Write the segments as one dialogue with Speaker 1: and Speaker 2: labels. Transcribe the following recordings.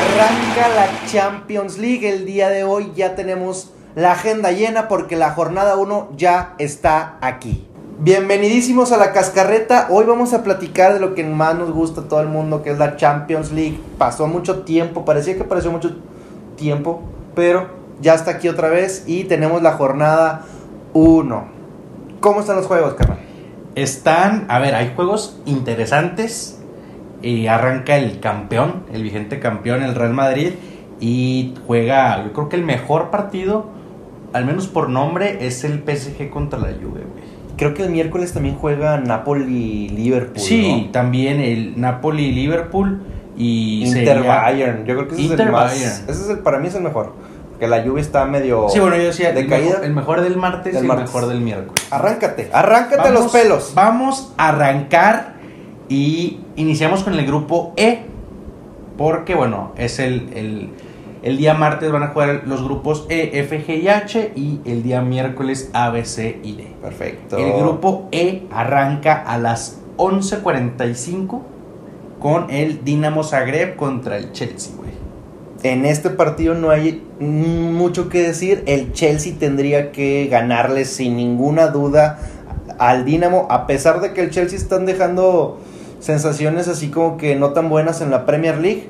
Speaker 1: arranca la Champions League. El día de hoy ya tenemos la agenda llena porque la jornada 1 ya está aquí. Bienvenidísimos a la cascarreta. Hoy vamos a platicar de lo que más nos gusta a todo el mundo, que es la Champions League. Pasó mucho tiempo, parecía que pasó mucho tiempo, pero ya está aquí otra vez y tenemos la jornada 1. ¿Cómo están los juegos, carnal?
Speaker 2: Están, a ver, hay juegos interesantes. Eh, arranca el campeón, el vigente campeón, el Real Madrid. Y juega, yo creo que el mejor partido, al menos por nombre, es el PSG contra la Juve, güey.
Speaker 1: Creo que el miércoles también juega Napoli-Liverpool.
Speaker 2: Sí, también el Napoli-Liverpool y
Speaker 1: Inter
Speaker 2: sería-
Speaker 1: Bayern. Yo creo que ese es el
Speaker 2: Inter
Speaker 1: más.
Speaker 2: Bayern.
Speaker 1: Ese es el, para mí es el mejor. Que la lluvia está medio.
Speaker 2: Sí, bueno, yo decía,
Speaker 1: De
Speaker 2: el,
Speaker 1: caída.
Speaker 2: mejor, el mejor del martes
Speaker 1: Del
Speaker 2: y
Speaker 1: martes.
Speaker 2: el mejor del miércoles.
Speaker 1: Arráncate, arráncate los pelos.
Speaker 2: Vamos a arrancar y iniciamos con el grupo E. Porque, bueno, es el, el, el día martes van a jugar los grupos E, F, G y H. Y el día miércoles A, B, C y D.
Speaker 1: Perfecto.
Speaker 2: El grupo E arranca a las 11.45 con el Dinamo Zagreb contra el Chelsea, güey.
Speaker 1: En este partido no hay mucho que decir. El Chelsea tendría que ganarle sin ninguna duda al Dinamo. A pesar de que el Chelsea están dejando sensaciones así como que no tan buenas en la Premier League.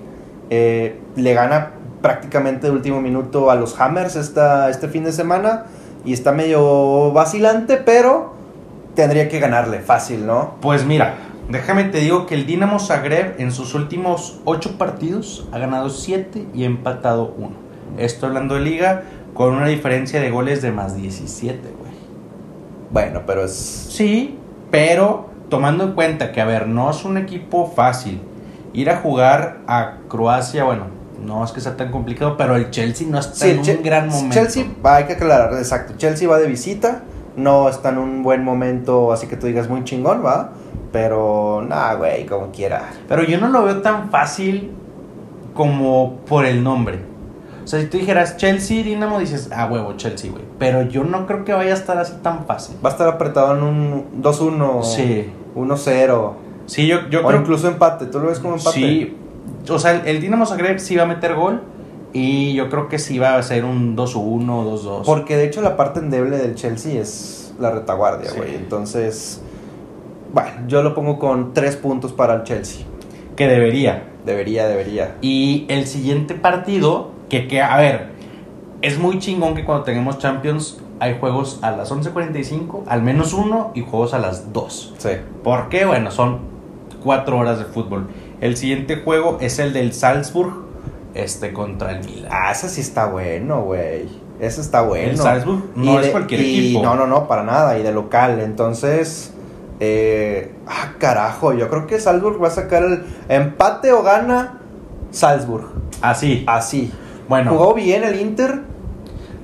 Speaker 1: eh, le gana prácticamente de último minuto a los Hammers esta, este fin de semana. Y está medio vacilante, pero tendría que ganarle fácil, ¿no?
Speaker 2: Pues mira, déjame te digo que el Dinamo Zagreb en sus últimos 8 partidos ha ganado 7 y ha empatado 1. Esto hablando de liga con una diferencia de goles de más 17, güey.
Speaker 1: Bueno, pero es...
Speaker 2: Sí, pero tomando en cuenta que, a ver, no es un equipo fácil. Ir a jugar a Croacia, bueno, no es que sea tan complicado, pero el Chelsea no está
Speaker 1: Sí,
Speaker 2: en
Speaker 1: el Che-
Speaker 2: un gran momento.
Speaker 1: Chelsea, va, hay que aclarar, exacto. Chelsea va de visita, no está en un buen momento, así que tú digas muy chingón, va. Pero, nada, güey, como quiera.
Speaker 2: Pero yo no lo veo tan fácil como por el nombre. O sea, si tú dijeras Chelsea, Dinamo, dices, ah, huevo, Chelsea, güey. Pero yo no creo que vaya a estar así tan fácil.
Speaker 1: Va a estar apretado en un 2-1,
Speaker 2: Sí.
Speaker 1: 1-0,
Speaker 2: Sí, yo, yo
Speaker 1: o
Speaker 2: creo
Speaker 1: incluso empate. ¿Tú lo ves como empate?
Speaker 2: Sí. O sea, el, el Dinamo Zagreb sí va a meter gol. Y yo creo que sí va a ser un 2-1, 2-2.
Speaker 1: Porque de hecho la parte endeble del Chelsea es la retaguardia,
Speaker 2: Sí.
Speaker 1: güey. Entonces, bueno, yo lo pongo con 3 puntos para el Chelsea.
Speaker 2: Que debería.
Speaker 1: Debería, debería.
Speaker 2: Y el siguiente partido, que, que a ver, es muy chingón que cuando tenemos Champions hay juegos a las 11.45, al menos uno, y juegos a las 2.
Speaker 1: Sí.
Speaker 2: Porque, bueno, son cuatro horas de fútbol. El siguiente juego es el del Salzburg este, contra el Milan.
Speaker 1: Ah, ese sí está bueno, güey. Ese está bueno.
Speaker 2: el Salzburg
Speaker 1: Y
Speaker 2: no es
Speaker 1: de-
Speaker 2: cualquier
Speaker 1: y-
Speaker 2: equipo.
Speaker 1: No, no, no, para nada. Y de local. Entonces, eh, ah, carajo. Yo creo que Salzburg va a sacar el empate o gana Salzburg.
Speaker 2: Así.
Speaker 1: Así.
Speaker 2: Ah, Bueno,
Speaker 1: Jugó bien el Inter.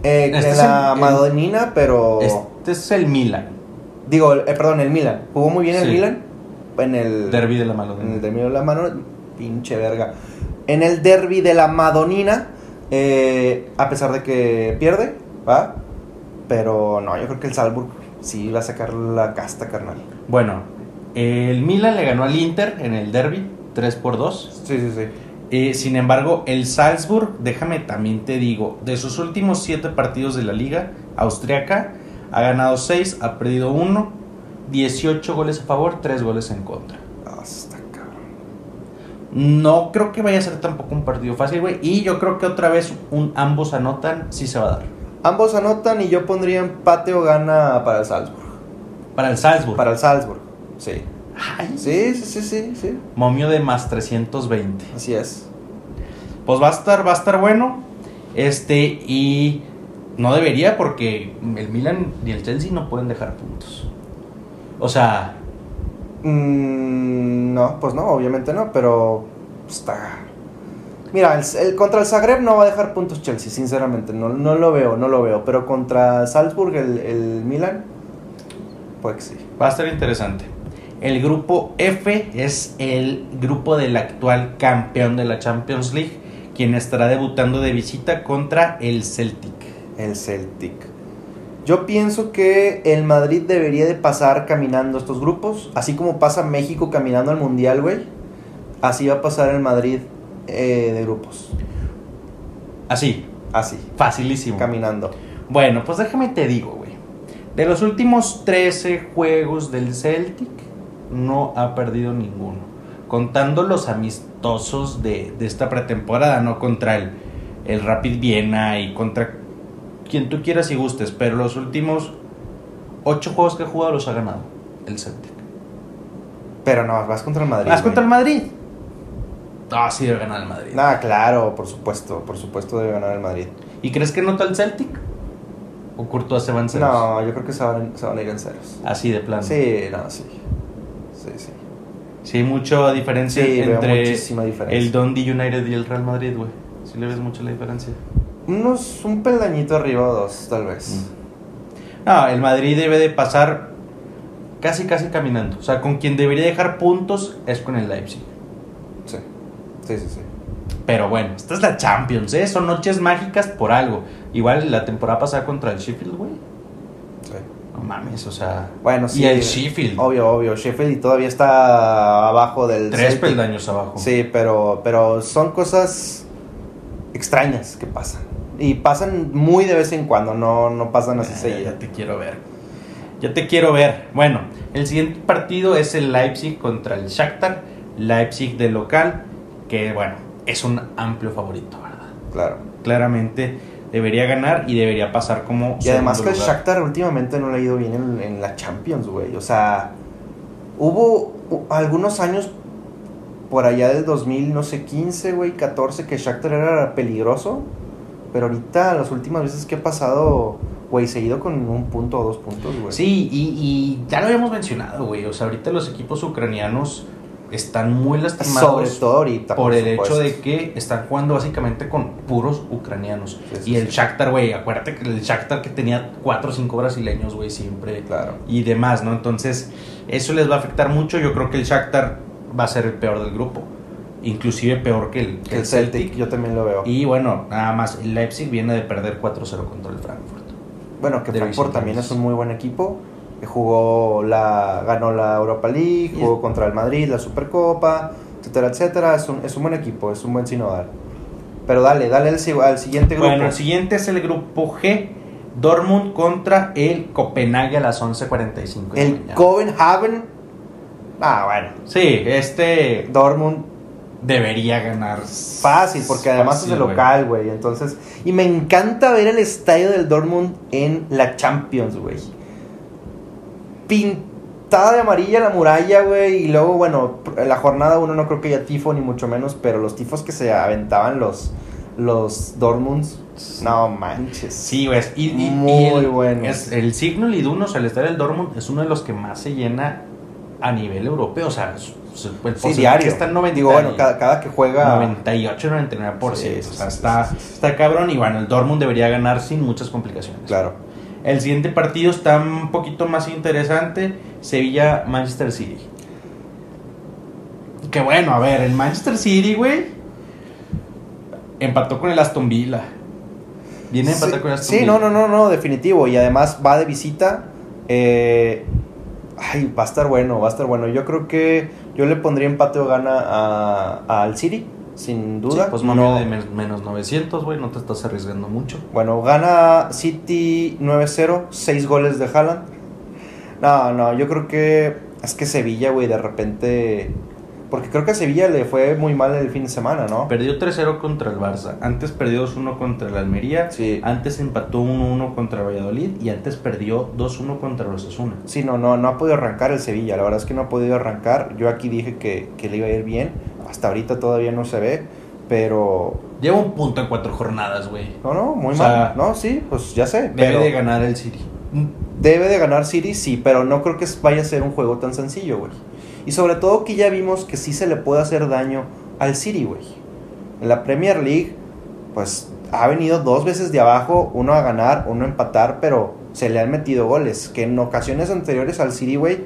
Speaker 1: Eh,
Speaker 2: Este
Speaker 1: en
Speaker 2: es
Speaker 1: la
Speaker 2: el- el-
Speaker 1: Madonina, pero.
Speaker 2: este es el Milan.
Speaker 1: Digo, eh, perdón, el Milan. Jugó muy bien el
Speaker 2: Sí.
Speaker 1: Milan. En el.
Speaker 2: Derby de la
Speaker 1: En el
Speaker 2: Madonina.
Speaker 1: derbi de la mano, pinche verga. En el derby de la Madonina, eh, a pesar de que pierde, ¿va? Pero no, yo creo que el Salzburg sí va a sacar la casta, carnal.
Speaker 2: Bueno, el Milan le ganó al Inter en el derby, 3 por 2.
Speaker 1: Sí, sí, sí.
Speaker 2: Eh, sin embargo, el Salzburg, déjame también te digo, de sus últimos 7 partidos de la liga austriaca, ha ganado 6, ha perdido 1, 18 goles a favor, 3 goles en contra.
Speaker 1: Hasta Ah, cabrón.
Speaker 2: No creo que vaya a ser tampoco un partido fácil, güey. Y yo creo que otra vez un ambos anotan, sí se va a dar.
Speaker 1: Ambos anotan y yo pondría empate o gana para el Salzburg.
Speaker 2: Para el Salzburg.
Speaker 1: Para el Salzburg, sí.
Speaker 2: Ay,
Speaker 1: Sí, sí, sí, sí, sí.
Speaker 2: Momio de más 320.
Speaker 1: Así es.
Speaker 2: Pues va a estar, va a estar bueno. Este, y no debería porque el Milan y el Chelsea no pueden dejar puntos. O sea,
Speaker 1: Mm, no, pues no, obviamente no, pero está. Mira, el, el- contra el Zagreb no va a dejar puntos Chelsea, sinceramente, no, no lo veo, no lo veo, pero contra Salzburg, el, el Milan, pues que sí.
Speaker 2: va a estar interesante. El grupo F es el grupo del actual campeón de la Champions League, quien estará debutando de visita contra el Celtic.
Speaker 1: El Celtic. Yo pienso que el Madrid debería de pasar caminando estos grupos, así como pasa México caminando al Mundial, güey, así va a pasar el Madrid eh, de grupos.
Speaker 2: Así,
Speaker 1: Así,
Speaker 2: facilísimo.
Speaker 1: caminando.
Speaker 2: Bueno, pues déjame te digo, güey. De los últimos 13 juegos del Celtic, no ha perdido ninguno. Contando los amistosos de, de esta pretemporada, no contra el, el Rapid Viena y contra quien tú quieras y gustes, pero los últimos 8 juegos que ha jugado los ha ganado el Celtic.
Speaker 1: Pero no, vas contra el Madrid.
Speaker 2: ¿Vas
Speaker 1: güey.
Speaker 2: contra el Madrid? Ah, sí, debe ganar el Madrid.
Speaker 1: Nada, claro, por supuesto, por supuesto debe ganar el Madrid.
Speaker 2: ¿Y crees que nota el Celtic? ¿O Courtois se va en ceros?
Speaker 1: No, yo creo que se van, se van a ir en ceros.
Speaker 2: Así de plano.
Speaker 1: Sí, no, sí. Sí, sí.
Speaker 2: Sí, mucha diferencia
Speaker 1: Sí, veo
Speaker 2: entre
Speaker 1: muchísima diferencia.
Speaker 2: el Dundee United y el Real Madrid, güey. Sí le ves mucho la diferencia.
Speaker 1: Unos, un peldañito arriba o dos, tal vez.
Speaker 2: Mm. No, el Madrid debe de pasar casi, casi caminando. O sea, con quien debería dejar puntos es con el Leipzig.
Speaker 1: Sí. Sí, sí, sí.
Speaker 2: Pero bueno, esta es la Champions, ¿eh? Son noches mágicas por algo. Igual la temporada pasada contra el Sheffield, güey.
Speaker 1: sí.
Speaker 2: No mames, o sea...
Speaker 1: Bueno, sí.
Speaker 2: Y el Sheffield.
Speaker 1: Obvio, obvio. Sheffield y todavía está abajo del.
Speaker 2: tres
Speaker 1: Celtic.
Speaker 2: peldaños abajo.
Speaker 1: Sí, pero, pero son cosas extrañas que pasan. Y pasan muy de vez en cuando, no, no pasan así
Speaker 2: Ah,
Speaker 1: seguido.
Speaker 2: Ya te quiero ver. Ya te quiero ver. Bueno, el siguiente partido es el Leipzig contra el Shakhtar. Leipzig de local, que bueno, es un amplio favorito, ¿verdad?
Speaker 1: Claro.
Speaker 2: Claramente debería ganar y debería pasar como...
Speaker 1: Y además que el
Speaker 2: segundo lugar.
Speaker 1: Shakhtar últimamente no le ha ido bien en, en la Champions, güey. O sea, hubo u- algunos años por allá del 2000, no sé, 15, güey, 14, que Shakhtar era peligroso. Pero ahorita, las últimas veces que ha pasado, güey, seguido con un punto o dos puntos, güey.
Speaker 2: Sí, y, y ya lo habíamos mencionado, güey. O sea, ahorita los equipos ucranianos están muy lastimados.
Speaker 1: Sobre todo ahorita.
Speaker 2: por el
Speaker 1: supuesto.
Speaker 2: hecho de que están jugando básicamente con puros ucranianos.
Speaker 1: Sí, sí,
Speaker 2: y el
Speaker 1: sí.
Speaker 2: Shakhtar, güey, acuérdate que el Shakhtar que tenía cuatro o cinco brasileños, güey, siempre.
Speaker 1: Claro.
Speaker 2: Y demás, ¿no? Entonces, eso les va a afectar mucho. Yo creo que el Shakhtar va a ser el peor del grupo. Inclusive peor que el, que
Speaker 1: El Celtic, yo también lo veo.
Speaker 2: Y bueno, nada más, el Leipzig viene de perder 4-0 contra el Frankfurt.
Speaker 1: Bueno, que
Speaker 2: de
Speaker 1: Frankfurt
Speaker 2: visitantes.
Speaker 1: también es un muy buen equipo. Que jugó la, ganó la Europa League,
Speaker 2: Y-
Speaker 1: jugó contra el Madrid, la Supercopa, etcétera, etcétera. Es un, es un buen equipo, es un buen sinodal. Pero dale, dale al, si- al siguiente grupo.
Speaker 2: Bueno, el siguiente es el grupo G. Dortmund contra el Copenhague a las 11.45. de la
Speaker 1: el
Speaker 2: mañana.
Speaker 1: Copenhagen. Ah, bueno.
Speaker 2: Sí, este...
Speaker 1: Dortmund,
Speaker 2: debería ganar
Speaker 1: fácil, porque además
Speaker 2: fácil,
Speaker 1: es de
Speaker 2: güey.
Speaker 1: local, güey. Entonces, y me encanta ver el estadio del Dortmund en la Champions, güey. pintada de amarilla la muralla, güey. Y luego, bueno, en la jornada uno no creo que haya tifo, ni mucho menos, pero los tifos que se aventaban los, los Dortmunds, no manches.
Speaker 2: Sí, güey. Y, y- y
Speaker 1: Muy
Speaker 2: el,
Speaker 1: bueno.
Speaker 2: es- el Signal Iduna, o sea, el estadio del Dortmund, es uno de los que más se llena a nivel europeo. O sea, es- es- el pues,
Speaker 1: Sí,
Speaker 2: porcentaje
Speaker 1: diario.
Speaker 2: Está en 90
Speaker 1: Digo, bueno,
Speaker 2: y-
Speaker 1: cada, cada que juega.
Speaker 2: 98, 99%.
Speaker 1: Sí,
Speaker 2: o sea,
Speaker 1: sí,
Speaker 2: está,
Speaker 1: sí,
Speaker 2: está cabrón. Y bueno, el Dortmund debería ganar sin muchas complicaciones.
Speaker 1: Claro.
Speaker 2: El siguiente partido está un poquito más interesante. Sevilla-Manchester City. Que bueno, a ver, el Manchester City, güey, empató con el Aston Villa. Viene a empatar
Speaker 1: Sí,
Speaker 2: con el Aston
Speaker 1: sí,
Speaker 2: Villa.
Speaker 1: no, no, no, no, definitivo. Y además va de visita. eh, ay, va a estar bueno, va a estar bueno. Yo creo que yo le pondría empate o gana a- al City, sin duda.
Speaker 2: Sí, pues mami de men- menos 900, güey, no te estás arriesgando mucho.
Speaker 1: Bueno, gana City 9-0, 6 goles de Haaland. No, no, yo creo que es que Sevilla, güey, de repente... Porque creo que a Sevilla le fue muy mal el fin de semana, ¿no?
Speaker 2: Perdió 3-0 contra el Barça. Antes perdió 2-1 contra el Almería.
Speaker 1: Sí.
Speaker 2: Antes empató 1-1 contra el Valladolid. Y antes perdió 2-1 contra los Osasuna.
Speaker 1: Sí, no, no, no ha podido arrancar el Sevilla, la verdad es que no ha podido arrancar. Yo aquí dije que, que le iba a ir bien, hasta ahorita todavía no se ve, pero...
Speaker 2: Lleva un punto en cuatro jornadas, güey.
Speaker 1: No, no, muy
Speaker 2: O sea,
Speaker 1: mal. No, sí, pues ya sé.
Speaker 2: Debe
Speaker 1: pero Mm.
Speaker 2: de ganar el City.
Speaker 1: Debe de ganar City, sí, pero no creo que vaya a ser un juego tan sencillo, güey. Y sobre todo que ya vimos que sí se le puede hacer daño al City, güey. En la Premier League, pues ha venido dos veces de abajo, uno a ganar, uno a empatar, pero se le han metido goles. Que en ocasiones anteriores al City, güey,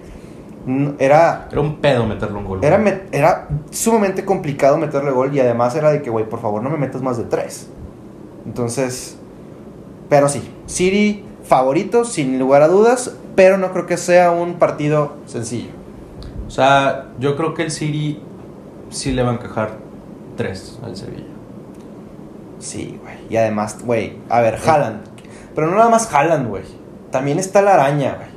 Speaker 1: n- era,
Speaker 2: Era un pedo meterle un gol.
Speaker 1: era,
Speaker 2: güey.
Speaker 1: met- era sumamente complicado meterle gol y además era de que, güey, por favor no me metas más de tres. Entonces, pero sí, City favorito, sin lugar a dudas, pero no creo que sea un partido sencillo.
Speaker 2: O sea, yo creo que el City sí le va a encajar tres al Sevilla.
Speaker 1: Sí, güey. Y además, güey, a ver, Haaland. Pero no nada más Haaland, güey. También está la araña, güey.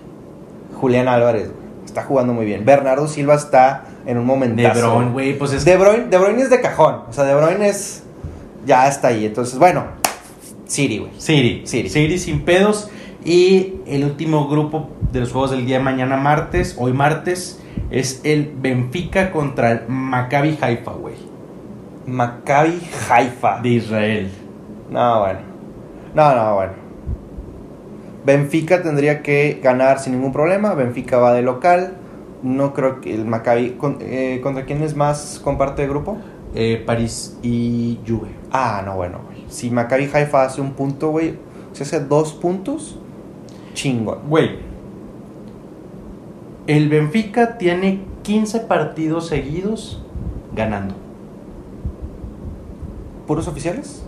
Speaker 1: Julián Álvarez, güey. Está jugando muy bien. Bernardo Silva está en un momento.
Speaker 2: De Bruyne, güey, pues es
Speaker 1: De Bruyne, De Bruyne es de cajón. O sea, De Bruyne es. Ya está ahí. Entonces, bueno. City, güey.
Speaker 2: Siri.
Speaker 1: Siri.
Speaker 2: sin pedos. Y el último grupo de los juegos del día de mañana martes, hoy martes, es el Benfica contra el Maccabi Haifa, güey,
Speaker 1: Maccabi Haifa.
Speaker 2: de Israel.
Speaker 1: No, bueno. No, no, bueno. Benfica tendría que ganar sin ningún problema. Benfica va de local. No creo que el Maccabi. con- eh, ¿Contra quién es más comparte grupo?
Speaker 2: Eh, París y Juve.
Speaker 1: Ah, no, bueno, güey. Si Maccabi Haifa hace un punto, güey. Si hace dos puntos, chingón.
Speaker 2: Güey, el Benfica tiene 15 partidos seguidos ganando.
Speaker 1: ¿Puros oficiales?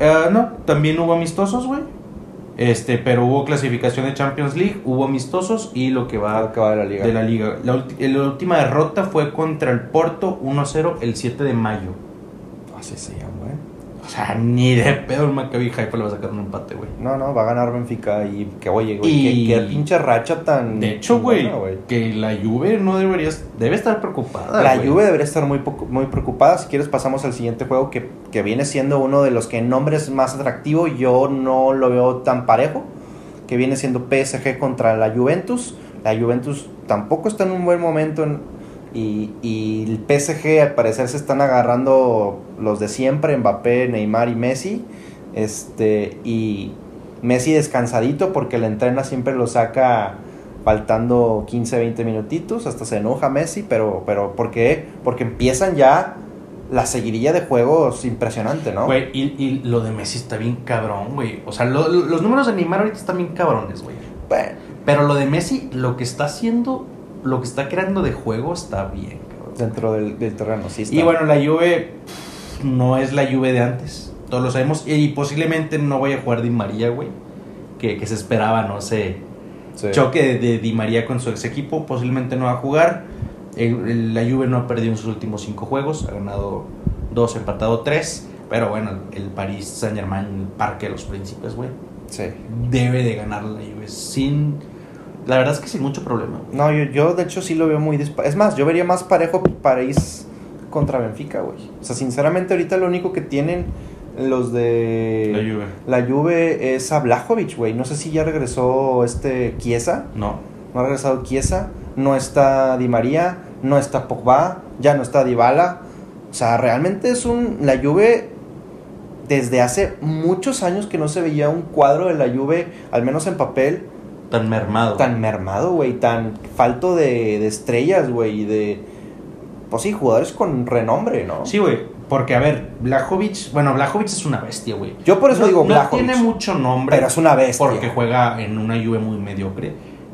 Speaker 2: Ah, no, también hubo amistosos, güey. Este, pero hubo clasificación de Champions League, hubo amistosos y lo que va
Speaker 1: que va de la liga.
Speaker 2: de la liga. La, ulti- eh, la última derrota fue contra el Porto 1-0 el 7 de mayo.
Speaker 1: Así se llama, güey.
Speaker 2: O sea, ni de pedo el Maccabi Haifa le va a sacar un empate, güey.
Speaker 1: No, no, va a ganar Benfica y que oye, güey,
Speaker 2: Y-
Speaker 1: qué, qué pinche racha tan
Speaker 2: De hecho, güey,
Speaker 1: chingona,
Speaker 2: que la Juve no debería debe estar preocupada.
Speaker 1: La
Speaker 2: Ah, güey.
Speaker 1: Juve debería estar muy, poco- muy preocupada. Si quieres pasamos al siguiente juego que, que viene siendo uno de los que en nombre es más atractivo. Yo no lo veo tan parejo. Que viene siendo PSG contra la Juventus. La Juventus tampoco está en un buen momento. en- y, y el PSG al parecer se están agarrando los de siempre. Mbappé, Neymar y Messi. Este, y Messi descansadito porque la entrena siempre lo saca faltando 15, 20 minutitos, hasta se enoja Messi, pero, pero ¿por qué? Porque empiezan ya la seguidilla de juegos impresionante, ¿no?
Speaker 2: Güey, y, y lo de Messi está bien cabrón, güey. O sea, lo- lo- los números de Neymar ahorita están bien cabrones, güey.
Speaker 1: Bueno,
Speaker 2: Pero lo de Messi, lo que está haciendo, lo que está creando de juego está bien, cabrón.
Speaker 1: dentro del, del terreno, sí. está.
Speaker 2: Y bueno, la Juve pff, no es la Juve de antes. Todos lo sabemos. Y posiblemente no vaya a jugar Di María, güey. Que, que se esperaba, no sé.
Speaker 1: Sí.
Speaker 2: Choque de, de Di María con su ex equipo. Posiblemente no va a jugar. El- el- la Juve no ha perdido en sus últimos cinco juegos. Ha ganado dos, empatado tres. Pero bueno, el París Saint Germain, el Parque de los Príncipes, güey.
Speaker 1: Sí.
Speaker 2: Debe de ganar la Juve sin... La verdad es que sin mucho problema, güey.
Speaker 1: No, yo, yo de hecho sí lo veo muy disparejo. Es más, yo vería más parejo París contra Benfica, güey. O sea, sinceramente ahorita lo único que tienen los de...
Speaker 2: Juve.
Speaker 1: La Juve es a Blajovic, güey. No sé si ya regresó este Chiesa.
Speaker 2: No.
Speaker 1: No ha regresado Chiesa, no está Di María, no está Pogba, ya no está Dybala. O sea, realmente es un la Juve desde hace muchos años que no se veía un cuadro de la Juve, al menos en papel,
Speaker 2: Tan mermado.
Speaker 1: tan mermado, güey, tan falto de, de estrellas, güey, y de pues sí, jugadores con renombre, ¿no?
Speaker 2: Sí, güey, porque a ver, Blajovic, bueno, Blajovic es una bestia, güey.
Speaker 1: Yo por eso
Speaker 2: no,
Speaker 1: digo
Speaker 2: no
Speaker 1: Blajovic,
Speaker 2: tiene mucho nombre,
Speaker 1: pero es una bestia.
Speaker 2: porque juega en una Juve muy mediocre,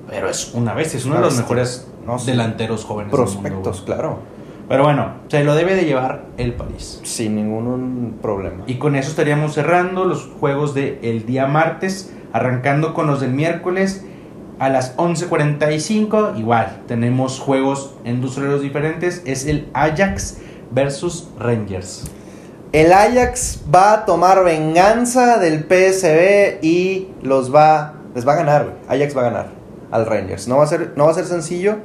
Speaker 2: pero es una bestia, es uno
Speaker 1: Una
Speaker 2: de los
Speaker 1: bestia.
Speaker 2: mejores
Speaker 1: No, sí.
Speaker 2: delanteros jóvenes del mundo,
Speaker 1: prospectos, claro,
Speaker 2: güey. pero bueno, se lo debe de llevar el París.
Speaker 1: sin ningún problema.
Speaker 2: Y con eso estaríamos cerrando los juegos del el día martes, arrancando con los del miércoles a las 11:45. Igual, tenemos juegos en dos horarios diferentes, es el Ajax versus Rangers.
Speaker 1: El Ajax va a tomar venganza del PSV y los va les va a ganar. güey. Ajax va a ganar al Rangers. No va a ser no va a ser sencillo.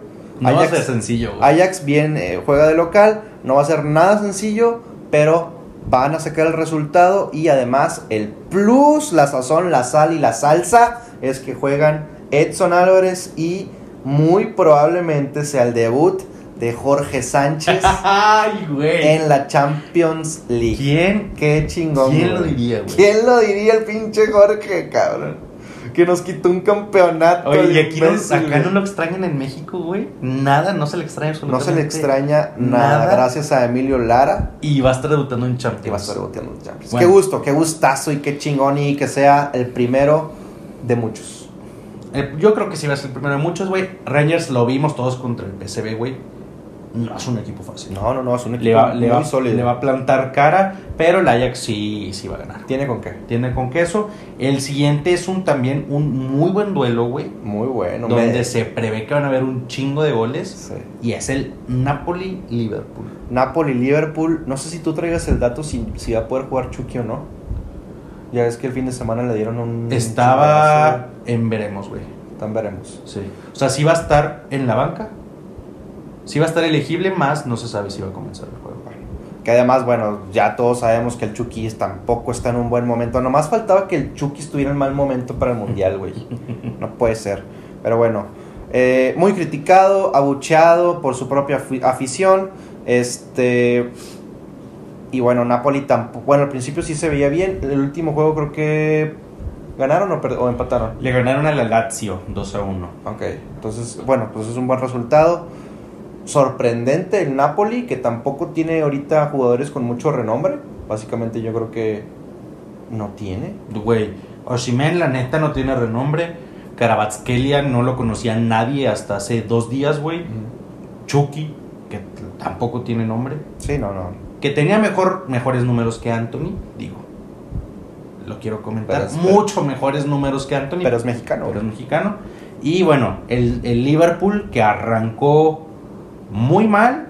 Speaker 2: No
Speaker 1: Ajax,
Speaker 2: va a ser sencillo, güey.
Speaker 1: Ajax bien eh, juega de local, no va a ser nada sencillo, pero van a sacar el resultado y además el plus, la sazón, la sal y la salsa es que juegan Edson Álvarez y muy probablemente sea el debut de Jorge Sánchez
Speaker 2: Ay, güey.
Speaker 1: en la Champions League.
Speaker 2: ¿Quién?
Speaker 1: Qué chingón.
Speaker 2: ¿Quién lo
Speaker 1: güey.
Speaker 2: diría, güey?
Speaker 1: ¿Quién lo diría el pinche Jorge, cabrón? Que nos quitó un campeonato.
Speaker 2: Oye, y
Speaker 1: el
Speaker 2: aquí no-
Speaker 1: imbécil,
Speaker 2: acá no
Speaker 1: güey.
Speaker 2: lo extrañan en México, güey. Nada, no se le extraña
Speaker 1: No
Speaker 2: absolutamente.
Speaker 1: se le extraña nada,
Speaker 2: nada.
Speaker 1: gracias a Emilio Lara
Speaker 2: Y va a estar debutando en Champions.
Speaker 1: que va a estar boteando los Champions.
Speaker 2: Bueno.
Speaker 1: Qué gusto, qué gustazo y qué chingón y que sea el primero de muchos.
Speaker 2: Eh, yo creo que sí va a ser el primero de muchos, güey. Rangers lo vimos todos contra el PSV, güey. no es un equipo fácil.
Speaker 1: No, no, no, es un equipo
Speaker 2: Le va,
Speaker 1: muy
Speaker 2: le, va,
Speaker 1: sólido.
Speaker 2: le va a plantar cara, pero el Ajax sí, sí va a ganar.
Speaker 1: Tiene con qué.
Speaker 2: Tiene con queso. El siguiente es un también un muy buen duelo, güey.
Speaker 1: Muy bueno. me-
Speaker 2: donde se prevé que van a haber un chingo de goles.
Speaker 1: Sí.
Speaker 2: Y es el Napoli-Liverpool.
Speaker 1: Napoli, Liverpool. No sé si tú traigas el dato si, si va a poder jugar Chucky o no. Ya es que el fin de semana le dieron un.
Speaker 2: Mm, Estaba en veremos, güey.
Speaker 1: chingadazo, Tan veremos.
Speaker 2: Sí. O sea, sí va a estar en la banca. Sí va a estar elegible, más no se sabe si va a comenzar el juego.
Speaker 1: Que además, bueno, ya todos sabemos que el Chucky es- tampoco está en un buen momento. Nomás faltaba que el Chucky estuviera en mal momento para el mundial, güey. No puede ser. Pero bueno, eh, muy criticado, abucheado por su propia afi- afición. Este. Y bueno, Napoli tampoco. Bueno, al principio sí se veía bien. El último juego creo que. ¿Ganaron o, per- o empataron?
Speaker 2: Le ganaron a la Lazio 2 a 1.
Speaker 1: Ok, entonces, bueno, pues es un buen resultado. Sorprendente el Napoli, que tampoco tiene ahorita jugadores con mucho renombre. Básicamente yo creo que no tiene.
Speaker 2: Güey, Oshimen, la neta, no tiene renombre. Karabatskelia no lo conocía nadie hasta hace dos días, güey. Chucky, que t- tampoco tiene nombre.
Speaker 1: Sí, no, no.
Speaker 2: Que tenía mejor, mejores números que Anthony, digo. Lo quiero
Speaker 1: Pero
Speaker 2: comentar.
Speaker 1: es-
Speaker 2: Mucho mejores números que Anthony.
Speaker 1: Pero es mexicano.
Speaker 2: pero es mexicano. Y bueno, el, el Liverpool que arrancó muy mal,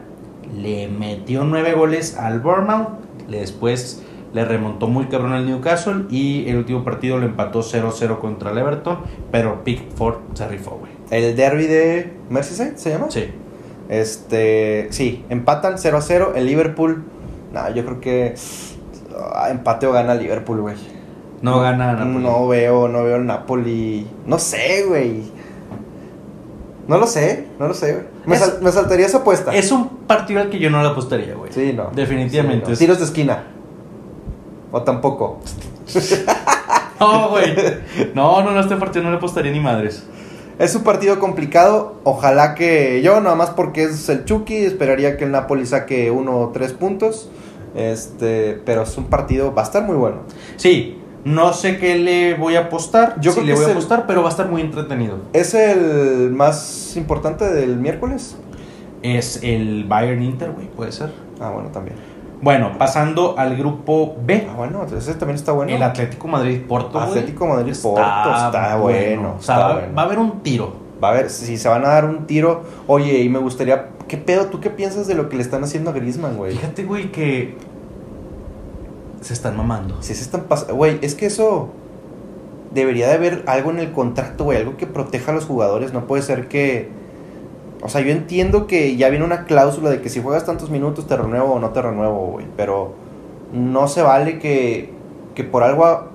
Speaker 2: le metió nueve goles al Bournemouth, le- después le remontó muy cabrón al Newcastle y el último partido lo empató 0-0 contra el Everton, pero Pickford se rifó, güey.
Speaker 1: El derby de Merseyside, ¿se llama?
Speaker 2: Sí.
Speaker 1: Este, sí, empatan 0 a 0. El Liverpool, no, yo creo que ah, empate o gana Liverpool, güey.
Speaker 2: No gana Napoli.
Speaker 1: No veo, no veo el Napoli. No sé, güey. No lo sé, no lo sé, güey. Me,
Speaker 2: Es-
Speaker 1: sal- me saltaría esa apuesta.
Speaker 2: Es un partido al que yo no le apostaría, güey.
Speaker 1: Sí, no.
Speaker 2: Definitivamente.
Speaker 1: Sí, no. Tiros de esquina. O tampoco.
Speaker 2: No, güey. No, no, no, este partido no le apostaría ni madres.
Speaker 1: Es un partido complicado. Ojalá que yo, nada más porque es el Chucky, esperaría que el Napoli saque uno o tres puntos. Este, pero es un partido, va a estar muy bueno.
Speaker 2: Sí, no sé qué le voy a apostar.
Speaker 1: Yo
Speaker 2: Yo
Speaker 1: creo
Speaker 2: le
Speaker 1: que
Speaker 2: voy
Speaker 1: es
Speaker 2: a
Speaker 1: el-
Speaker 2: apostar, pero va a estar muy entretenido.
Speaker 1: ¿Es el más importante del miércoles?
Speaker 2: Es el Bayern Inter, güey, puede ser.
Speaker 1: Ah, bueno, también.
Speaker 2: Bueno, pasando al grupo B,
Speaker 1: Ah, bueno, ese también está bueno.
Speaker 2: el Atlético Madrid Porto. güey. Ah,
Speaker 1: Atlético Madrid Porto está, bueno.
Speaker 2: O sea,
Speaker 1: está
Speaker 2: va,
Speaker 1: bueno.
Speaker 2: va a haber un tiro.
Speaker 1: Va a ver si se van a dar un tiro. Oye, y me gustaría. ¿Qué pedo? ¿Tú qué piensas de lo que le están haciendo a Griezmann, güey?
Speaker 2: Fíjate, güey, que se están mamando.
Speaker 1: Si se están pasando. Güey, es que eso. Debería de haber algo en el contrato, güey. Algo que proteja a los jugadores. No puede ser que. O sea, yo entiendo que ya viene una cláusula de que si juegas tantos minutos te renuevo o no te renuevo, güey. Pero no se vale que, que por algo a-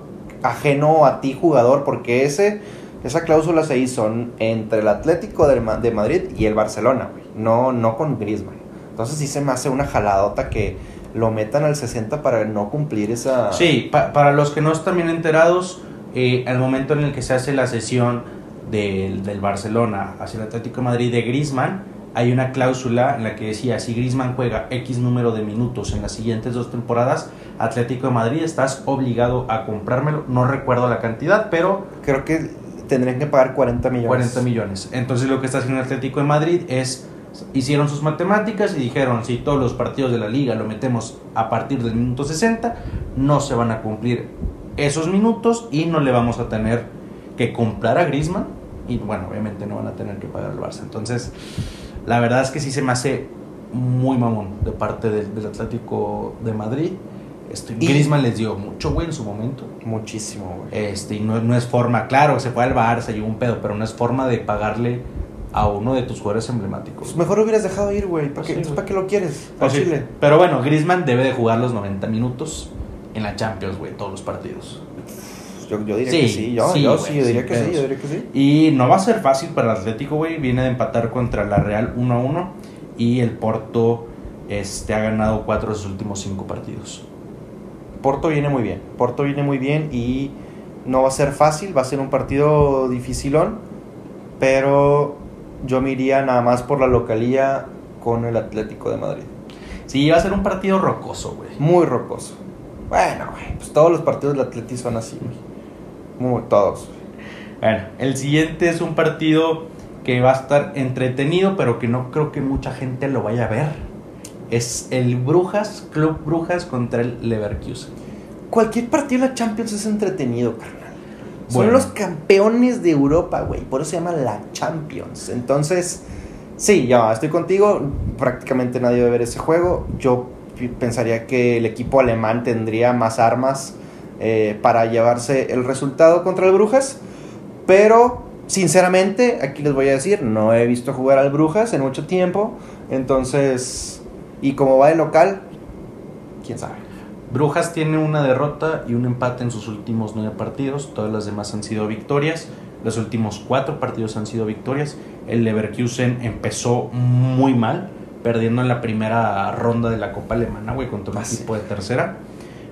Speaker 1: ajeno a ti, jugador, porque ese, esa cláusula se hizo n- entre el Atlético del Ma- de Madrid y el Barcelona, güey. No, no con Griezmann. Entonces sí se me hace una jaladota que lo metan al 60 para no cumplir esa...
Speaker 2: Sí, pa- para los que no están bien enterados, eh, al momento en el que se hace la sesión del, del Barcelona hacia el Atlético de Madrid de Griezmann, hay una cláusula en la que decía, si Griezmann juega X número de minutos en las siguientes dos temporadas, Atlético de Madrid estás obligado a comprármelo. No recuerdo la cantidad, pero
Speaker 1: Creo que tendrían que pagar 40 millones.
Speaker 2: 40 millones. Entonces lo que está haciendo el Atlético de Madrid es, hicieron sus matemáticas y dijeron, si todos los partidos de la liga lo metemos a partir del minuto 60, no se van a cumplir esos minutos y no le vamos a tener que comprar a Griezmann y bueno, obviamente no van a tener que pagar al Barça. Entonces, la verdad es que sí se me hace muy mamón de parte del, del Atlético de Madrid. Este,
Speaker 1: Y-
Speaker 2: Griezmann les dio mucho, güey, en su momento.
Speaker 1: Muchísimo, güey.
Speaker 2: Este, y no, no es forma, claro, se fue al Barça y hubo un pedo, pero no es forma de pagarle a uno de tus jugadores
Speaker 1: Pues
Speaker 2: emblemáticos.
Speaker 1: mejor lo hubieras dejado ir, güey. ¿Para
Speaker 2: Pues
Speaker 1: qué,
Speaker 2: sí,
Speaker 1: entonces,
Speaker 2: güey.
Speaker 1: ¿para qué lo quieres? Al
Speaker 2: Pues sí,
Speaker 1: Chile.
Speaker 2: Pero bueno, Griezmann debe de jugar los 90 minutos en la Champions, güey, todos los partidos.
Speaker 1: Pues, Yo, yo diría
Speaker 2: Sí,
Speaker 1: que sí. Yo,
Speaker 2: sí,
Speaker 1: yo
Speaker 2: güey,
Speaker 1: sí, yo diría
Speaker 2: sin
Speaker 1: que sí,
Speaker 2: pedos.
Speaker 1: yo diría que sí.
Speaker 2: Y no va a ser fácil para el Atlético, güey, viene de empatar contra la Real 1-1 y el Porto este, ha ganado cuatro de sus últimos cinco partidos.
Speaker 1: Porto viene muy bien. Porto viene muy bien y no va a ser fácil. Va a ser un partido dificilón. Pero yo me iría nada más por la localía con el Atlético de Madrid.
Speaker 2: Sí, va a ser un partido rocoso, güey.
Speaker 1: Muy rocoso. Bueno, güey. Pues todos los partidos del Atlético son así, güey. Muy, todos.
Speaker 2: Bueno, el siguiente es un partido que va a estar entretenido, pero que no creo que mucha gente lo vaya a ver. Es el Brujas, Club Brujas contra el Leverkusen.
Speaker 1: Cualquier partido de la Champions es entretenido, carnal.
Speaker 2: Bueno.
Speaker 1: Son los campeones de Europa, güey. Por eso se llama la Champions. Entonces, sí, ya estoy contigo. Prácticamente nadie va a ver ese juego. Yo pi- pensaría que el equipo alemán tendría más armas eh, para llevarse el resultado contra el Brujas. Pero, sinceramente, aquí les voy a decir, no he visto jugar al Brujas en mucho tiempo. Entonces, y como va de local, quién sabe.
Speaker 2: Brujas tiene una derrota y un empate en sus últimos nueve partidos. Todas las demás han sido victorias. Los últimos cuatro partidos han sido victorias. El Leverkusen empezó muy mal, perdiendo en la primera ronda de la Copa Alemana, güey, contra un
Speaker 1: Ah, sí.
Speaker 2: equipo de tercera.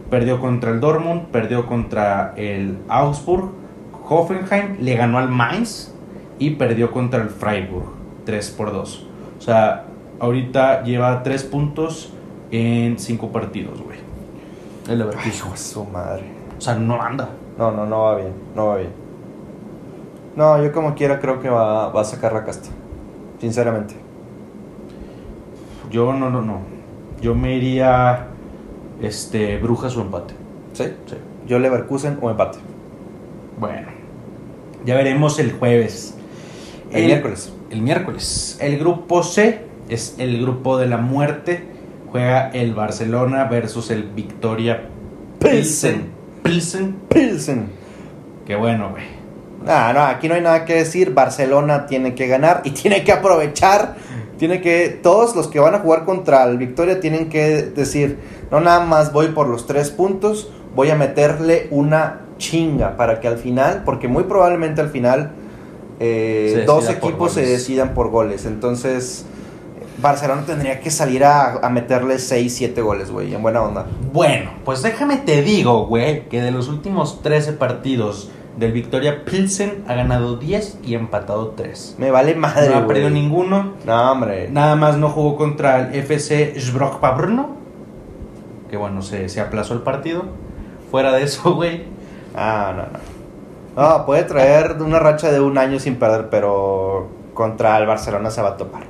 Speaker 2: Perdió contra el Dortmund, perdió contra el Augsburg, Hoffenheim, le ganó al Mainz y perdió contra el Freiburg, 3 por 2. O sea, ahorita lleva 3 puntos en 5 partidos, güey. El
Speaker 1: Ay,
Speaker 2: Leverkusen.
Speaker 1: hijo de su madre.
Speaker 2: O sea, no anda.
Speaker 1: No, no, no va bien, no va bien. No, yo como quiera creo que va, va a sacar la casta. Sinceramente.
Speaker 2: Yo no, no, no. Yo me iría este, Brujas o empate.
Speaker 1: ¿Sí?
Speaker 2: Sí.
Speaker 1: Yo Leverkusen o empate.
Speaker 2: Bueno. Ya veremos el jueves.
Speaker 1: El, miércoles.
Speaker 2: El miércoles. El grupo C es el grupo de la muerte. Juega el Barcelona versus el Victoria Pilsen. Pilsen.
Speaker 1: Pilsen.
Speaker 2: Qué bueno, güey.
Speaker 1: Nah, no, aquí no hay nada que decir. Barcelona tiene que ganar y tiene que aprovechar. Tiene que. Todos los que van a jugar contra el Victoria tienen que decir: No, nada más voy por los tres puntos. Voy a meterle una chinga para que al final, porque muy probablemente al final, eh,
Speaker 2: Se decida
Speaker 1: dos
Speaker 2: por
Speaker 1: equipos se
Speaker 2: goles.
Speaker 1: decidan por goles. Entonces, Barcelona tendría que salir a, a meterle 6, 7 goles, güey, en buena onda.
Speaker 2: Bueno, pues déjame te digo, güey, que de los últimos 13 partidos del Victoria Pilsen ha ganado 10 y empatado 3.
Speaker 1: Me vale madre.
Speaker 2: no ha
Speaker 1: güey.
Speaker 2: perdido ninguno.
Speaker 1: No, hombre.
Speaker 2: Nada más no jugó contra el FC Sbrokpabrno. Que bueno, se, se aplazó el partido. Fuera de eso, güey.
Speaker 1: Ah, no, no. No, puede traer una racha de un año sin perder, pero contra el Barcelona se va a topar.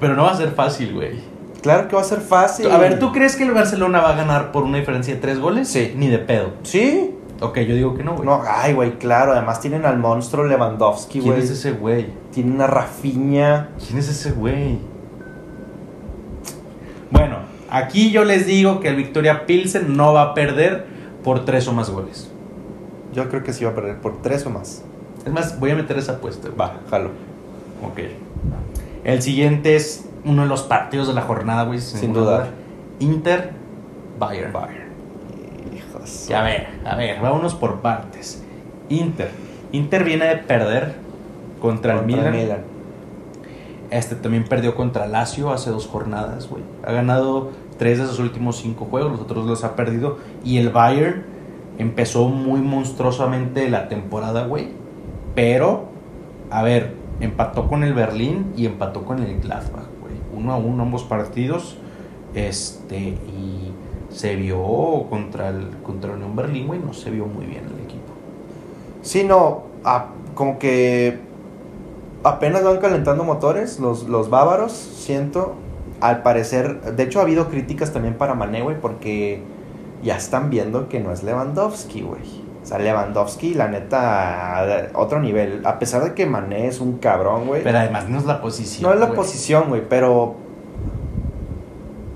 Speaker 2: Pero no va a ser fácil, güey.
Speaker 1: Claro que va a ser fácil.
Speaker 2: A ver, ¿tú crees que el Barcelona va a ganar por una diferencia de tres goles?
Speaker 1: Sí.
Speaker 2: Ni de pedo.
Speaker 1: Sí.
Speaker 2: Ok, yo digo que no, güey.
Speaker 1: No, ay, güey, claro. Además tienen al monstruo Lewandowski,
Speaker 2: ¿Quién
Speaker 1: güey.
Speaker 2: es ese güey?
Speaker 1: Tienen a Rafinha.
Speaker 2: ¿Quién es ese güey? Bueno, aquí yo les digo que el Victoria Pilsen no va a perder por tres o más goles.
Speaker 1: Yo creo que sí va a perder por tres o más.
Speaker 2: Es más, voy a meter esa apuesta.
Speaker 1: Va, jalo.
Speaker 2: Ok. El siguiente es uno de los partidos de la jornada, güey.
Speaker 1: Sin
Speaker 2: ninguna
Speaker 1: duda.
Speaker 2: Inter, Bayern.
Speaker 1: Hijos.
Speaker 2: Sí, a ver, a ver, vámonos por partes. Inter. Inter viene de perder contra, el Milan. Este también perdió contra Lazio hace dos jornadas, güey. Ha ganado tres de sus últimos cinco juegos, los otros los ha perdido. Y el Bayern empezó muy monstruosamente la temporada, güey. Pero, a ver, empató con el Berlín y empató con el Gladbach, güey. Uno a uno ambos partidos. Este, y se vio contra el contra Unión Berlín, güey, no se vio muy bien el equipo.
Speaker 1: Sí, no, a- como que apenas van calentando motores los, los bávaros, siento. Al parecer, de hecho ha habido críticas también para Mané, güey, porque ya están viendo que no es Lewandowski, güey. O sea, Lewandowski, la neta, a- otro nivel. A pesar de que Mané es un cabrón, güey.
Speaker 2: Pero además no es la posición.
Speaker 1: No es la
Speaker 2: güey.
Speaker 1: posición, güey, pero.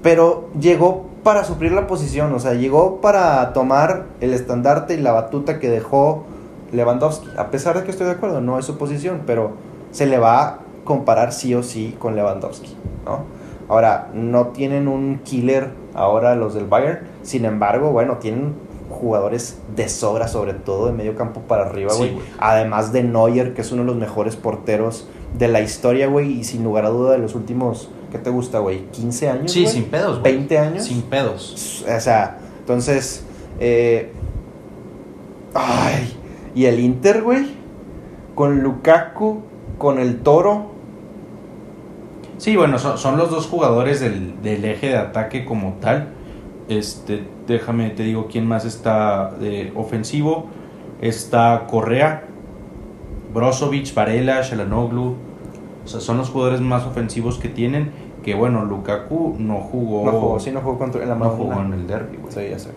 Speaker 1: Pero llegó para suplir la posición, o sea, llegó para tomar el estandarte y la batuta que dejó Lewandowski. A pesar de que estoy de acuerdo, no es su posición, pero se le va a comparar sí o sí con Lewandowski, ¿no? Ahora, no tienen un killer ahora los del Bayern, sin embargo, bueno, tienen jugadores de sobra, sobre todo de medio campo para arriba,
Speaker 2: Sí,
Speaker 1: güey.
Speaker 2: güey.
Speaker 1: Además de Neuer, que es uno de los mejores porteros de la historia, güey, y sin lugar a duda de los últimos, ¿qué te gusta, güey? ¿15 años?
Speaker 2: Sí,
Speaker 1: güey?
Speaker 2: sin pedos, güey.
Speaker 1: ¿20 años?
Speaker 2: Sin pedos.
Speaker 1: O sea, entonces, eh, ay, y el Inter, güey, con Lukaku, con el Toro,
Speaker 2: Sí, bueno, son, son los dos jugadores del, del eje de ataque como tal. Este, déjame, te digo quién más está de ofensivo. Está Correa, Brozovic, Varela, Shalanoglu. O sea, son los jugadores más ofensivos que tienen. Que bueno, Lukaku no jugó.
Speaker 1: No jugó, sí, no jugó contra en la
Speaker 2: Oh. no jugó en
Speaker 1: Madonna.
Speaker 2: el derby, güey.
Speaker 1: Sí, ya sé.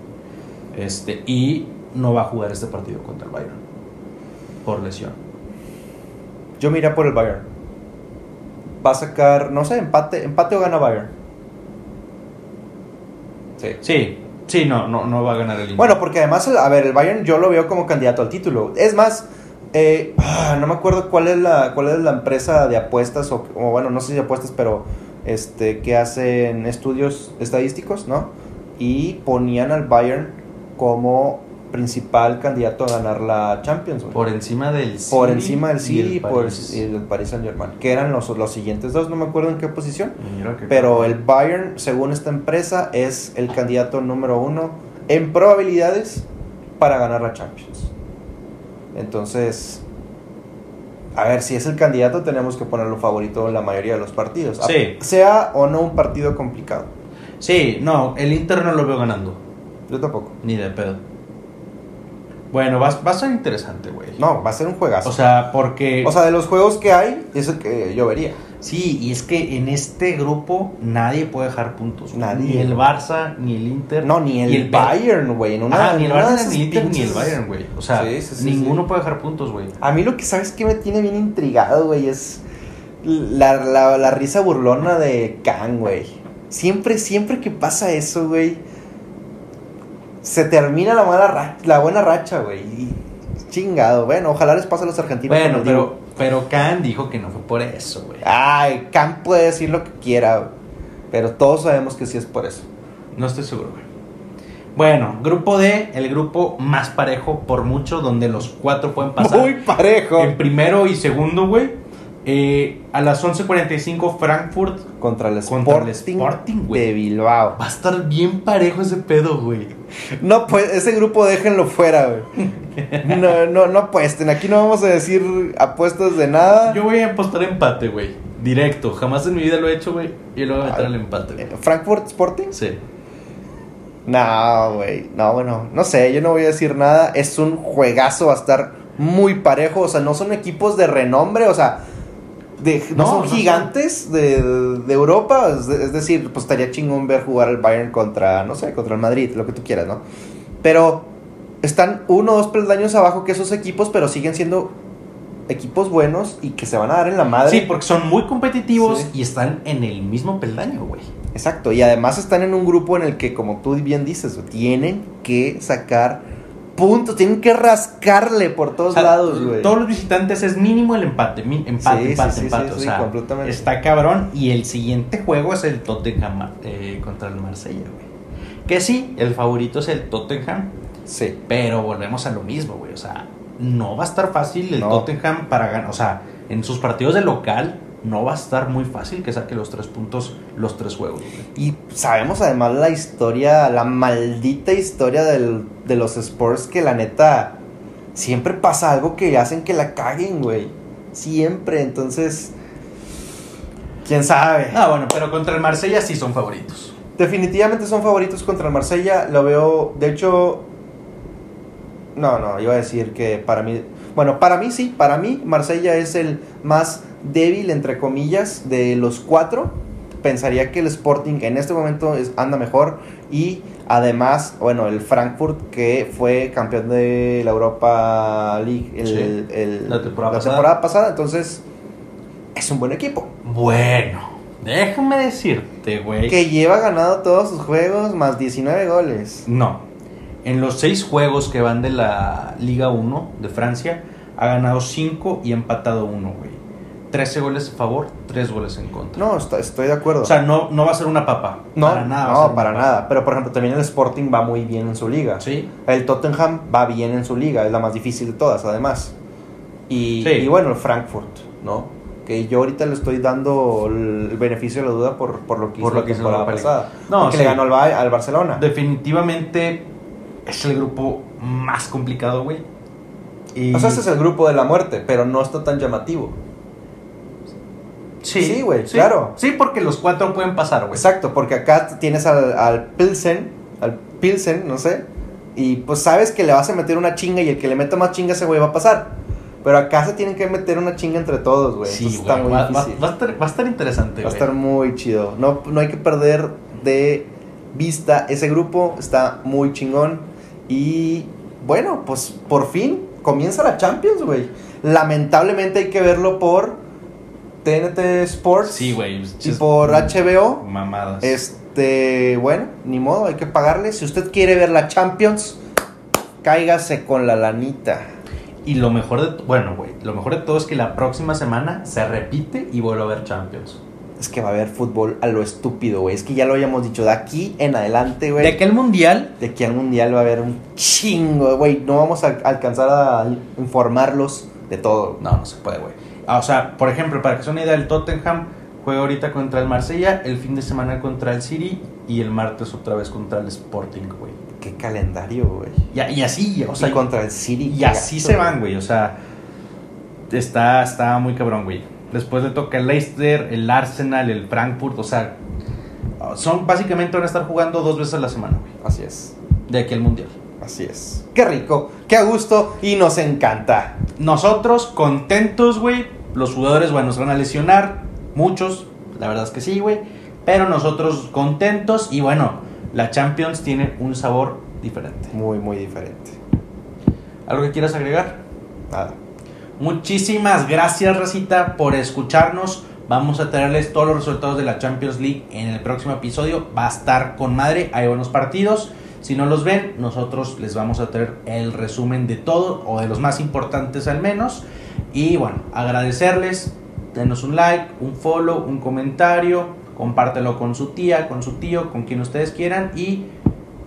Speaker 2: Este, y no va a jugar este partido contra el Bayern. Por lesión.
Speaker 1: Yo miré por el Bayern. Va a sacar, no sé, empate, empate o gana Bayern. Sí.
Speaker 2: Sí, sí, no, no, no va a ganar el Inter.
Speaker 1: Bueno, porque además, el- a ver, el Bayern yo lo veo como candidato al título. Es más, eh, ah, no me acuerdo cuál es la, cuál es la empresa de apuestas, o, o bueno, no sé si de apuestas, pero este, que hacen estudios estadísticos, ¿no? Y ponían al Bayern como principal candidato a ganar la Champions. güey.
Speaker 2: por encima del
Speaker 1: Por
Speaker 2: City
Speaker 1: encima del
Speaker 2: y el
Speaker 1: City y por el,
Speaker 2: París.
Speaker 1: y el Paris Saint Germain, que eran los, los siguientes dos, no me acuerdo en qué posición.
Speaker 2: Mira que-
Speaker 1: Pero el Bayern, según esta empresa, es el candidato número uno en probabilidades para ganar la Champions. Entonces, a ver, si es el candidato, tenemos que ponerlo favorito en la mayoría de los partidos. A-
Speaker 2: Sí.
Speaker 1: Sea o no un partido complicado.
Speaker 2: Sí, no, el Inter no lo veo ganando.
Speaker 1: Yo tampoco.
Speaker 2: Ni de pedo. Bueno, va, va a ser interesante, güey.
Speaker 1: No, va a ser un juegazo.
Speaker 2: O sea, porque.
Speaker 1: O sea, de los juegos que hay, es el que yo vería.
Speaker 2: sí, y es que en este grupo nadie puede dejar puntos. güey.
Speaker 1: Nadie.
Speaker 2: Ni el Barça, ni el Inter.
Speaker 1: No, ni el,
Speaker 2: ni el
Speaker 1: Bayern, güey. en una-
Speaker 2: Ah, ni el
Speaker 1: en una de
Speaker 2: Barça,
Speaker 1: esas
Speaker 2: ni el Inter, ni el
Speaker 1: pinches-
Speaker 2: Bayern, güey. O sea,
Speaker 1: Sí, sí, sí,
Speaker 2: ninguno
Speaker 1: sí.
Speaker 2: puede dejar puntos, güey.
Speaker 1: A mí lo que sabes que me tiene bien intrigado, güey, es la, la- la risa burlona de Khan, güey. Siempre, siempre que pasa eso, güey, se termina la, mala ra- la buena racha, güey. Y Chingado, bueno, ojalá les pase a los argentinos.
Speaker 2: Bueno,
Speaker 1: como les digo. ah.
Speaker 2: pero, pero Khan dijo que no fue por eso, güey.
Speaker 1: Ay, Khan puede decir lo que quiera, güey, pero todos sabemos que sí es por eso.
Speaker 2: No estoy seguro, güey. Bueno, grupo D, el grupo más parejo por mucho, donde los cuatro pueden pasar.
Speaker 1: Muy parejo.
Speaker 2: En primero y segundo, güey. eh, a las 11.45 Frankfurt.
Speaker 1: Contra el Sporting,
Speaker 2: Contra el Sporting, güey.
Speaker 1: de Bilbao.
Speaker 2: Va a estar bien parejo ese pedo, güey.
Speaker 1: No, pues ese grupo déjenlo fuera, güey. No, no, no apuesten. Aquí no vamos a decir apuestas de nada.
Speaker 2: Yo voy a apostar empate, güey. Directo. Jamás en mi vida lo he hecho, güey. Y lo voy a meter
Speaker 1: Ah.
Speaker 2: al empate, güey.
Speaker 1: ¿Frankfurt Sporting?
Speaker 2: Sí.
Speaker 1: No, güey. No, bueno, no sé. Yo no voy a decir nada. Es un juegazo. Va a estar muy parejo. O sea, no son equipos de renombre. O sea, de- no,
Speaker 2: No,
Speaker 1: son
Speaker 2: no son.
Speaker 1: gigantes De, de Europa. Es, de- es decir, pues estaría chingón ver jugar al Bayern contra, no sé, contra el Madrid, lo que tú quieras, ¿no? Pero están uno o dos peldaños abajo que esos equipos, pero siguen siendo equipos buenos y que se van a dar en la madre.
Speaker 2: Sí, porque son muy competitivos
Speaker 1: Sí.
Speaker 2: y están en el mismo peldaño, güey.
Speaker 1: Exacto, y además están en un grupo en el que, como tú bien dices, güey, tienen que sacar puntos, tienen que rascarle por todos
Speaker 2: O sea,
Speaker 1: lados, güey.
Speaker 2: Todos los visitantes es mínimo el empate. mi- empate,
Speaker 1: Sí,
Speaker 2: empate,
Speaker 1: sí, sí,
Speaker 2: empate.
Speaker 1: sí,
Speaker 2: o
Speaker 1: sí,
Speaker 2: sea,
Speaker 1: completamente.
Speaker 2: está cabrón. Y el siguiente juego es el Tottenham eh, contra el Marsella, güey. Que sí, el favorito es el Tottenham.
Speaker 1: Sí,
Speaker 2: Pero volvemos a lo mismo, güey. O sea, no va a estar fácil el
Speaker 1: No.
Speaker 2: Tottenham para ganar. O sea, en sus partidos de local no va a estar muy fácil que saque los tres puntos los tres juegos. güey.
Speaker 1: y sabemos además la historia, la maldita historia del- de los sports que la neta siempre pasa algo que hacen que la caguen, güey. Siempre, entonces, quién sabe.
Speaker 2: Ah, bueno, pero contra el Marsella sí son favoritos.
Speaker 1: Definitivamente son favoritos contra el Marsella. Lo veo, de hecho. No, no, iba a decir que para mí. Bueno, para mí sí, para mí Marsella es el más débil, entre comillas, de los cuatro. Pensaría que el Sporting en este momento es- anda mejor. Y además, bueno, el Frankfurt que fue campeón de la Europa League el-
Speaker 2: Sí,
Speaker 1: el-
Speaker 2: la temporada
Speaker 1: la
Speaker 2: pasada.
Speaker 1: temporada pasada. Entonces, es un buen equipo.
Speaker 2: Bueno, déjame decirte, güey.
Speaker 1: Que lleva ganado todos sus juegos más 19 goles.
Speaker 2: No. En los seis juegos que van de la Liga 1 de Francia, ha ganado cinco y ha empatado uno, güey. 13 goles a favor, tres goles en contra.
Speaker 1: No, está- estoy de acuerdo.
Speaker 2: O sea, no, no va a ser una papa.
Speaker 1: no,
Speaker 2: para nada. va a ser
Speaker 1: no,
Speaker 2: una
Speaker 1: para
Speaker 2: papa.
Speaker 1: nada. Pero por ejemplo, también el Sporting va muy bien en su liga.
Speaker 2: Sí.
Speaker 1: El Tottenham va bien en su liga, es la más difícil de todas, además. Y,
Speaker 2: Sí.
Speaker 1: y bueno, el Frankfurt, ¿no? Que yo ahorita le estoy dando el beneficio de la duda por, por lo que
Speaker 2: Por
Speaker 1: hizo
Speaker 2: lo que
Speaker 1: la
Speaker 2: hizo
Speaker 1: temporada
Speaker 2: la película.
Speaker 1: pasada.
Speaker 2: No,
Speaker 1: Porque
Speaker 2: sí.
Speaker 1: le ganó al, Ba- al Barcelona.
Speaker 2: Definitivamente es el grupo más complicado, güey. Y-
Speaker 1: O sea, este es el grupo de la muerte, pero no está tan llamativo. sí, güey, claro.
Speaker 2: Sí, porque los cuatro pueden pasar, güey.
Speaker 1: Exacto, porque acá tienes al, al Pilsen, al Pilsen, no sé, y pues sabes que le vas a meter una chinga y el que le meta más chinga a ese güey va a pasar. Pero acá se tienen que meter una chinga entre todos, güey.
Speaker 2: Sí,
Speaker 1: Entonces
Speaker 2: güey,
Speaker 1: está muy
Speaker 2: va, va-
Speaker 1: difícil.
Speaker 2: va a estar, va a estar interesante,
Speaker 1: Va a
Speaker 2: güey.
Speaker 1: estar muy chido. No, no hay que perder de vista ese grupo. Está muy chingón. Y bueno, pues por fin comienza la Champions, güey. Lamentablemente hay que verlo por TNT Sports
Speaker 2: Sí, güey.
Speaker 1: y
Speaker 2: chis-
Speaker 1: por HBO.
Speaker 2: Mamadas.
Speaker 1: Este, bueno, ni modo, hay que pagarle. Si usted quiere ver la Champions, cáigase con la lanita.
Speaker 2: Y lo mejor de... t- Bueno, güey. Lo mejor de todo es que la próxima semana se repite y vuelvo a ver Champions.
Speaker 1: Es que va a haber fútbol a lo estúpido, güey. Es que ya lo habíamos dicho, de aquí en adelante, güey.
Speaker 2: De aquel mundial...
Speaker 1: De aquí al mundial va a haber un chingo, güey. No vamos a alcanzar a informarlos de todo.
Speaker 2: No, no se puede, güey. Ah, o sea, por ejemplo, para que sea una idea, el Tottenham juega ahorita contra el Marsella, el fin de semana contra el City y el martes otra vez contra el Sporting, güey.
Speaker 1: Qué calendario, güey.
Speaker 2: Y, a- y así, o
Speaker 1: O
Speaker 2: sea,
Speaker 1: sea,
Speaker 2: y,
Speaker 1: contra el City. qué
Speaker 2: así
Speaker 1: gacho,
Speaker 2: se van, güey. O sea, está, está muy cabrón, güey. Después le toca el Leicester, el Arsenal, el Frankfurt, o sea, son básicamente van a estar jugando dos veces a la semana, güey.
Speaker 1: Así es.
Speaker 2: De aquí al mundial.
Speaker 1: Así es. Qué rico, qué a gusto y nos encanta.
Speaker 2: Nosotros contentos, güey. Los jugadores, bueno, se van a lesionar. Muchos, la verdad es que sí, güey. Pero nosotros contentos. Y bueno, la Champions tiene un sabor diferente.
Speaker 1: Muy, muy diferente.
Speaker 2: ¿Algo que quieras agregar?
Speaker 1: Nada.
Speaker 2: Muchísimas gracias, Racita, por escucharnos. Vamos a traerles todos los resultados de la Champions League en el próximo episodio. Va a estar con madre, hay buenos partidos. Si no los ven, nosotros les vamos a traer el resumen de todo, o de los más importantes al menos. Y bueno, agradecerles, denos un like, un follow, un comentario, compártelo con su tía, con su tío, con quien ustedes quieran. Y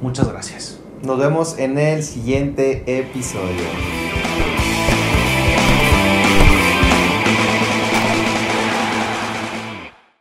Speaker 2: muchas gracias.
Speaker 1: Nos vemos en el siguiente episodio.